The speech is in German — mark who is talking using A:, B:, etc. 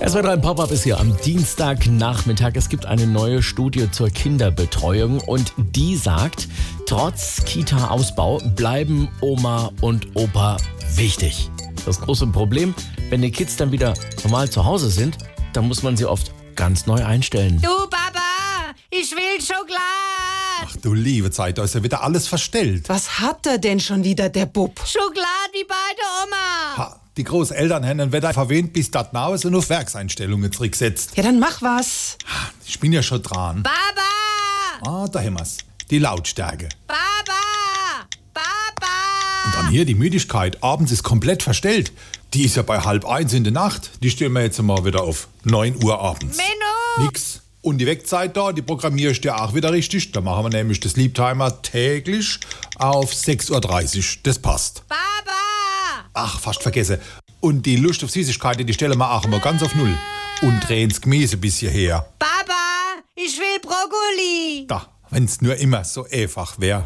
A: SW3 Pop-Up ist hier am Dienstagnachmittag. Es gibt eine neue Studie zur Kinderbetreuung und die sagt, trotz Kita-Ausbau bleiben Oma und Opa wichtig. Das große Problem, wenn die Kids dann wieder normal zu Hause sind, dann muss man sie oft ganz neu einstellen.
B: Du Papa, ich will Schokolade.
C: Ach du liebe Zeit, da ist ja wieder alles verstellt.
D: Was hat er denn schon wieder, der Bub?
B: Schokolade wie bei der Oma.
C: Ha, die Großeltern haben ein Wetter verwöhnt, bis das Nahes und auf Werkseinstellungen zurücksetzt.
D: Ja, dann mach was.
C: Ich bin ja schon dran.
B: Papa,
C: Ah, da haben wir's. Die Lautstärke.
B: Papa, Papa.
C: Dann hier die Müdigkeit. Abends ist komplett verstellt. Die ist ja bei halb eins in der Nacht. Die stellen wir jetzt mal wieder auf 9 Uhr abends.
B: Menno.
C: Nix. Und die Wegzeit da, die programmierst du ja auch wieder richtig. Da machen wir nämlich das Liebtimer täglich auf 6.30 Uhr. Das passt.
B: Papa.
C: Ach, fast vergesse. Und die Lust auf Süßigkeiten, die stellen wir auch immer ganz auf Null. Und drehen's Gemüse bis hierher.
B: Papa, ich will Brokkoli.
C: Da, wenn's nur immer so einfach wäre.